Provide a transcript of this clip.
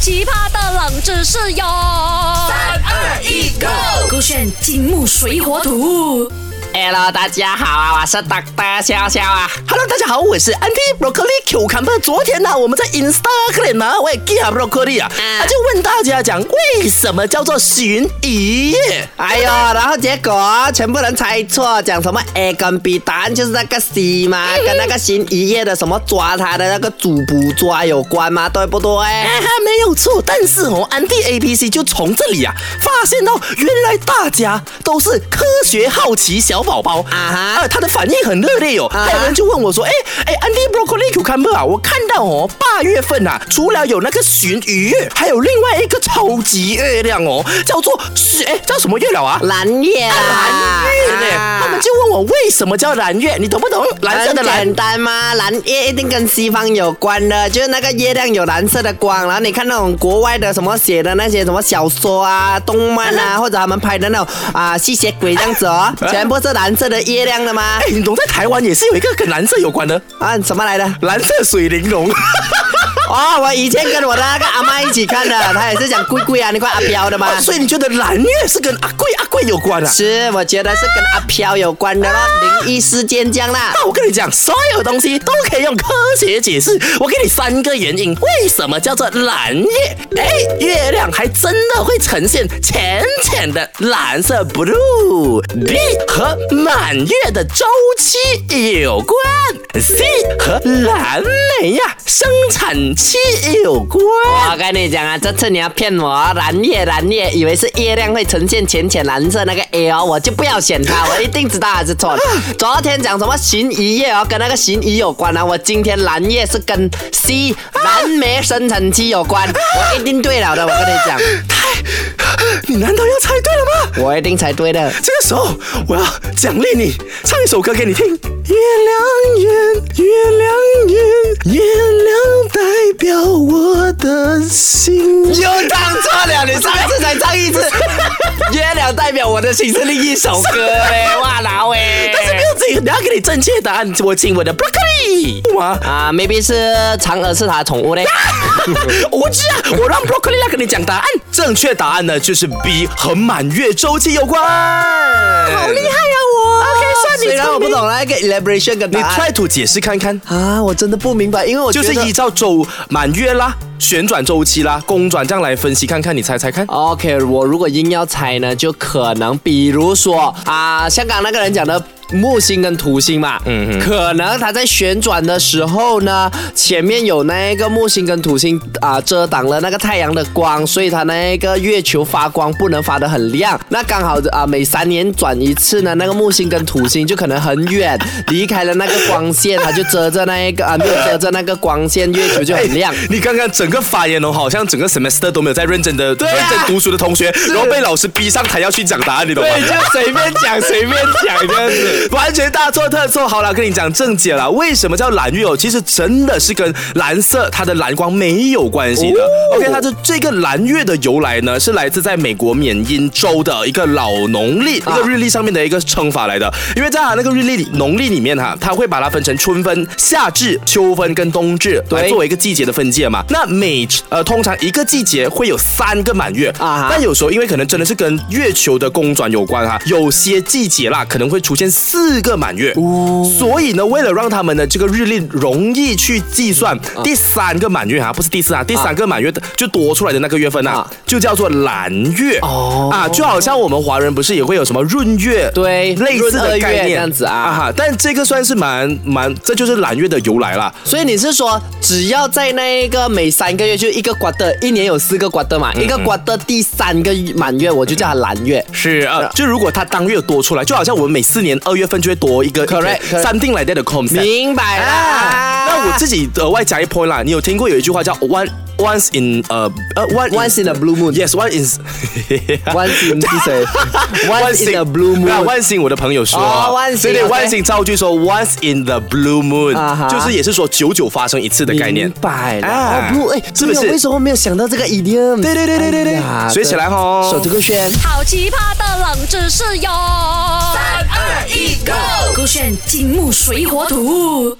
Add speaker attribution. Speaker 1: 奇葩的冷知识哟！三
Speaker 2: 二一，Go！
Speaker 1: 勾选金木水火土。
Speaker 3: Hello，大家好啊，我是 Dr. 潇潇啊。
Speaker 2: Hello，大家好，我是 MP Broccoli Cucumber。昨天呢、我们在 Instagram 呢、我也 g i Broccoli 啊，
Speaker 3: 嗯
Speaker 2: 他就问大家讲为什么叫做寻一夜？
Speaker 3: 哎呦，然后结果全部人猜错，讲什么 A 跟 B，答案就是那个 C 嘛，
Speaker 2: 嗯
Speaker 3: 跟那个新一夜的什么抓他的那个主捕抓有关嘛，对不对？
Speaker 2: 哎，没有错，但是哦，安迪 A P C 就从这里啊，发现到原来大家都是科学好奇小宝宝
Speaker 3: 啊
Speaker 2: 啊
Speaker 3: 哈
Speaker 2: 他的反应很热烈哦。
Speaker 3: 哈
Speaker 2: 还有人就问我说，哎哎，安迪 Broccoli Cucumber 啊，我看到哦，八月份啊，除了有那个鲟鱼月，还有另外一个超级月亮哦，叫做是哎叫什么月了啊？
Speaker 3: 蓝月啦，啊
Speaker 2: 蓝月呢？他们就问我为什么叫蓝月，你懂不懂？蓝色
Speaker 3: 很
Speaker 2: 的蓝
Speaker 3: 简单嘛，蓝月一定跟西方有关的，就是那个月亮有蓝色的光。然后你看那种国外的什么写的那些什么小说啊、动漫啊，或者他们拍的那种啊吸血鬼这样子哦，全部是蓝色的月亮的吗
Speaker 2: 哎？，你懂在台湾也是有一个跟蓝色有关的
Speaker 3: 啊，什么来的？
Speaker 2: 蓝色水玲珑。
Speaker 3: 哦，我以前跟我的那个阿妈一起看的，她也是讲贵贵啊，你怪阿飘的吗
Speaker 2: 啊，？所以你觉得蓝月是跟阿贵阿贵有关啊？
Speaker 3: 是，我觉得是跟阿飘有关的咯，灵异事件这样啦。
Speaker 2: 那我跟你讲，所有东西都可以用科学解释。我给你三个原因，为什么叫做蓝月？哎，月亮还真的会呈现浅浅的蓝色 blue。B 和满月的周期有关。C 和蓝莓呀、生产期有关。
Speaker 3: 我跟你讲啊，这次你要骗我啊，蓝月蓝月，以为是月亮会呈现浅浅蓝色那个 A 哦，我就不要选它，我一定知道它是 错的。昨天讲什么鲟鱼夜哦，跟那个鲟鱼有关啊，我今天蓝月是跟 C 蓝莓生产期有关，我一定对了的，我跟你讲，
Speaker 2: 你难道要猜对了吗？
Speaker 3: 我一定猜对的。
Speaker 2: 这个时候，我要奖励你，唱一首歌给你听。月亮圆，月亮圆，月亮代表我的心。
Speaker 3: 又唱错了，你上次才唱一次。 月亮代表我的心是另一首歌嘞，哇哎啦 喂！
Speaker 2: 但是不要紧，等一下给你正确答案。我请我的 broccoli 哇，
Speaker 3: 啊，maybe 是嫦娥是他的宠物嘞。
Speaker 2: 我知啊，我让 broccoli 来跟你讲答案。正确答案呢，就是 B 和满月周期有关。好
Speaker 3: 厉害
Speaker 2: 呀、我 OK，算你
Speaker 3: 虽然我不
Speaker 2: 聪明。
Speaker 3: 懂那个 elaboration 跟
Speaker 2: 你
Speaker 3: 答案
Speaker 2: try to 解释看看。
Speaker 3: 啊，我真的不明白，因为我
Speaker 2: 就是
Speaker 3: 觉得
Speaker 2: 依照周满月啦、旋转周期啦、公转这样来分析，看看你猜猜看。
Speaker 3: OK，我如果硬要猜呢，就可能比如说啊，香港那个人讲的。木星跟土星嘛，嗯，可能它在旋转的时候呢，前面有那个木星跟土星啊、遮挡了那个太阳的光，所以它那个月球发光不能发得很亮。那刚好啊、每三年转一次呢，那个木星跟土星就可能很远离开了那个光线，它就遮着那一个啊、没有遮着那个光线，月球就很亮。
Speaker 2: 你刚刚整个发言哦，好像整个 semester 都没有在认真的、
Speaker 3: 啊
Speaker 2: 认真读书的同学，然后被老师逼上台要去讲答案，你懂吗？
Speaker 3: 对，就随便 讲，随便讲这样子。
Speaker 2: 完全大错特错。好了，跟你讲正解了，为什么叫蓝月哦？其实真的是跟蓝色它的蓝光没有关系的。OK，它
Speaker 3: 哦
Speaker 2: 的这个蓝月的由来呢，是来自在美国缅因州的一个老农历、
Speaker 3: 啊
Speaker 2: 一个日历上面的一个称法来的。因为在它那个日历里农历里面哈、它会把它分成春分、夏至、秋分跟冬至来
Speaker 3: 对
Speaker 2: 作为一个季节的分界嘛。那每呃通常一个季节会有三个满月
Speaker 3: 啊哈
Speaker 2: 但有时候因为可能真的是跟月球的公转有关哈、有些季节啦可能会出现四个满月，
Speaker 3: 哦
Speaker 2: 所以呢，为了让他们的这个日历容易去计算，
Speaker 3: 啊
Speaker 2: 第三个满月哈、不是第四啊，第三个满月的就多出来的那个月份啊
Speaker 3: 啊，
Speaker 2: 就叫做蓝月
Speaker 3: 哦
Speaker 2: 啊，就好像我们华人不是也会有什么闰月，
Speaker 3: 对
Speaker 2: 类似
Speaker 3: 闰二
Speaker 2: 的
Speaker 3: 月
Speaker 2: 概念
Speaker 3: 这样子啊
Speaker 2: 哈，但这个算是蛮蛮，这就是蓝月的由来啦。
Speaker 3: 所以你是说，只要在那个每三个月就一个 quarter，一年有四个 quarter 嘛，一个
Speaker 2: 嗯
Speaker 3: quarter 第三个满月我就叫它蓝月。
Speaker 2: 是啊，就如果它当月多出来，就好像我们每四年二月份就会多一个
Speaker 3: Correct，
Speaker 2: 一天
Speaker 3: correct
Speaker 2: something like that 的 concept。
Speaker 3: 明白啦。
Speaker 2: 啊，那我自己额外加一 point 啦，你有听过有一句话叫 one once in 呃呃 one
Speaker 3: Once in a blue moon
Speaker 2: yes one in
Speaker 3: Once in 是 谁 ？Once in a blue
Speaker 2: moon，那
Speaker 3: moon。
Speaker 2: 万幸我的朋友说
Speaker 3: 哦，once in，
Speaker 2: 所以对
Speaker 3: OK
Speaker 2: 万幸造句说 once in the blue
Speaker 3: 啊哈
Speaker 2: moon，就是也是说久久发生一次的概念
Speaker 3: 明。白了。哦
Speaker 2: 啊
Speaker 3: blue，哎，
Speaker 2: 是不是
Speaker 3: 没有为什么没有想到这个 idiom？
Speaker 2: 对对对对对对
Speaker 3: 哎呀
Speaker 2: 学起来哦
Speaker 3: 手这个轩。
Speaker 1: 好奇葩的冷知识哟！三二一，Go！勾选金木水火土。